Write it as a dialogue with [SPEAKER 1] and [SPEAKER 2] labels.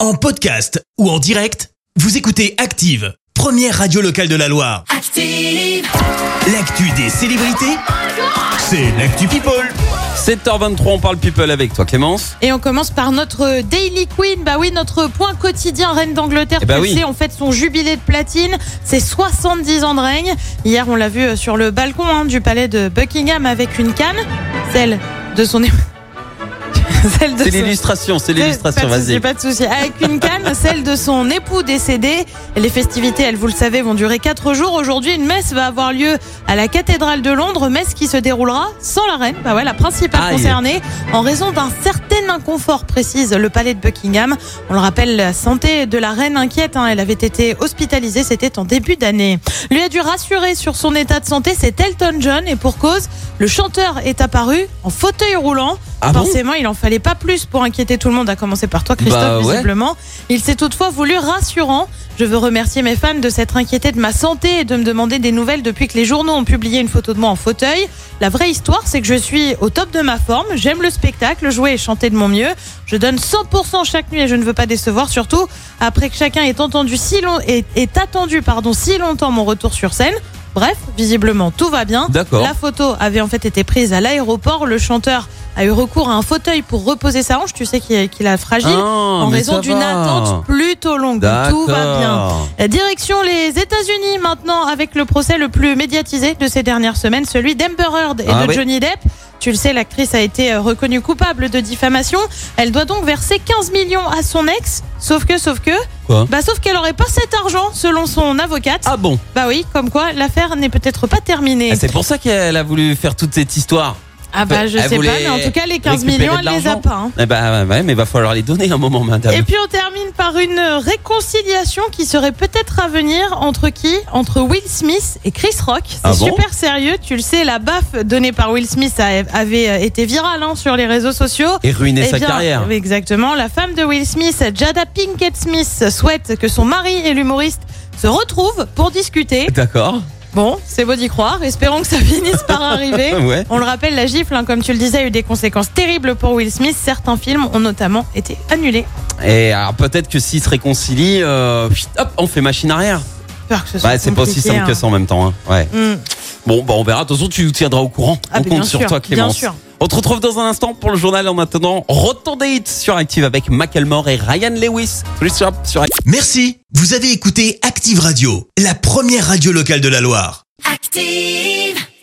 [SPEAKER 1] En podcast ou en direct, vous écoutez Active, première radio locale de la Loire.
[SPEAKER 2] Active,
[SPEAKER 1] L'actu des célébrités, c'est l'actu People.
[SPEAKER 3] 7h23, on parle people avec toi Clémence.
[SPEAKER 4] Et on commence par notre Daily Queen, bah oui, notre point quotidien reine d'Angleterre.
[SPEAKER 3] Eh bah
[SPEAKER 4] tu le
[SPEAKER 3] oui.
[SPEAKER 4] sais, on fête son jubilé de platine, ses 70 ans de règne. Hier, on l'a vu euh, sur le balcon hein, du palais de Buckingham avec une canne, celle de son... é- celle de
[SPEAKER 3] C'est
[SPEAKER 4] son-
[SPEAKER 3] l'illustration, c'est l'illustration,
[SPEAKER 4] pas de souci,
[SPEAKER 3] vas-y.
[SPEAKER 4] Pas de souci. Avec une canne, celle de son époux décédé. Les festivités, elles, vous le savez, vont durer quatre jours. Aujourd'hui, une messe va avoir lieu à la cathédrale de Londres. Messe qui se déroulera sans la reine, bah ouais, la principale
[SPEAKER 3] Aïe.
[SPEAKER 4] concernée, en raison d'un certain inconfort, précise le palais de Buckingham. On le rappelle, la santé de la reine inquiète. hein. Elle avait été hospitalisée, c'était en début d'année. Lui a dû rassurer sur son état de santé, c'est Elton John. Et pour cause, le chanteur est apparu en fauteuil roulant.
[SPEAKER 3] Ah bon
[SPEAKER 4] Forcément, il en fallait pas plus pour inquiéter tout le monde, à commencer par toi,
[SPEAKER 3] Bah
[SPEAKER 4] Christophe,
[SPEAKER 3] ouais.
[SPEAKER 4] visiblement. Il s'est toutefois voulu rassurant. Je veux remercier mes fans de s'être inquiétés de ma santé et de me demander des nouvelles depuis que les journaux ont publié une photo de moi en fauteuil. La vraie histoire, c'est que je suis au top de ma forme. J'aime le spectacle, jouer et chanter de mon mieux. Je donne 100% chaque nuit et je ne veux pas décevoir, surtout après que chacun ait entendu si long, ait- ait attendu, pardon, si longtemps mon retour sur scène. Bref, visiblement, tout va bien.
[SPEAKER 3] D'accord.
[SPEAKER 4] La photo avait en fait été prise à l'aéroport. Le chanteur a eu recours à un fauteuil pour reposer sa hanche. Tu sais qu'il qu'il a fragile.
[SPEAKER 3] Ah,
[SPEAKER 4] en raison d'une attente plutôt longue. Donc, Tout va bien. Direction les États-Unis maintenant avec le procès le plus médiatisé de ces dernières semaines, celui d'Amber Heard et
[SPEAKER 3] Ah
[SPEAKER 4] de
[SPEAKER 3] oui.
[SPEAKER 4] Johnny Depp. Tu le sais, l'actrice a été euh, reconnue coupable de diffamation. Elle doit donc verser 15 millions à son ex. Sauf que, sauf que,
[SPEAKER 3] Quoi
[SPEAKER 4] bah sauf qu'elle aurait pas cet argent selon son avocate.
[SPEAKER 3] Ah bon
[SPEAKER 4] Bah oui, comme quoi l'affaire n'est peut-être pas terminée.
[SPEAKER 3] Ah, C'est pour ça qu'elle a voulu faire toute cette histoire.
[SPEAKER 4] Ah bah je
[SPEAKER 3] Elle
[SPEAKER 4] sais pas,
[SPEAKER 3] voulait
[SPEAKER 4] mais en tout cas les 15
[SPEAKER 3] récupérer
[SPEAKER 4] millions,
[SPEAKER 3] de
[SPEAKER 4] elle les a
[SPEAKER 3] l'argent.
[SPEAKER 4] pas. hein.
[SPEAKER 3] Eh ben ouais, mais il va falloir les donner un moment, madame.
[SPEAKER 4] Et puis on termine par une réconciliation qui serait peut-être à venir entre qui Entre Will Smith et Chris Rock. C'est
[SPEAKER 3] Ah bon
[SPEAKER 4] super sérieux, tu le sais, la baffe donnée par Will Smith a- avait été virale hein, sur les réseaux sociaux.
[SPEAKER 3] Et ruiner
[SPEAKER 4] Eh
[SPEAKER 3] sa
[SPEAKER 4] bien,
[SPEAKER 3] carrière.
[SPEAKER 4] Exactement. La femme de Will Smith, Jada Pinkett Smith, souhaite que son mari et l'humoriste se retrouvent pour discuter.
[SPEAKER 3] D'accord.
[SPEAKER 4] Bon, c'est beau d'y croire. Espérons que ça finisse par arriver.
[SPEAKER 3] Ouais.
[SPEAKER 4] On le rappelle, la gifle, hein, comme tu le disais, a eu des conséquences terribles pour Will Smith. Certains films ont notamment été annulés.
[SPEAKER 3] Et alors peut-être que s'ils se réconcilient, euh, pfft, hop, on fait machine arrière.
[SPEAKER 4] Peur que ce soit
[SPEAKER 3] Ouais, Bah, c'est pas aussi
[SPEAKER 4] compliqué,
[SPEAKER 3] simple que
[SPEAKER 4] hein.
[SPEAKER 3] ça en même temps. hein. Ouais.
[SPEAKER 4] Mm.
[SPEAKER 3] Bon, bah on verra. De toute façon, tu nous tiendras au courant.
[SPEAKER 4] Ah,
[SPEAKER 3] on
[SPEAKER 4] bah,
[SPEAKER 3] compte
[SPEAKER 4] bien
[SPEAKER 3] sur
[SPEAKER 4] sûr,
[SPEAKER 3] toi,
[SPEAKER 4] bien
[SPEAKER 3] Clémence.
[SPEAKER 4] sûr.
[SPEAKER 3] On te retrouve dans un instant pour le journal. En attendant, retour des hits sur Active avec Macklemore et Ryan Lewis. Tout de suite sur- sur
[SPEAKER 1] Merci, vous avez écouté Active Radio, la première radio locale de la Loire.
[SPEAKER 2] active.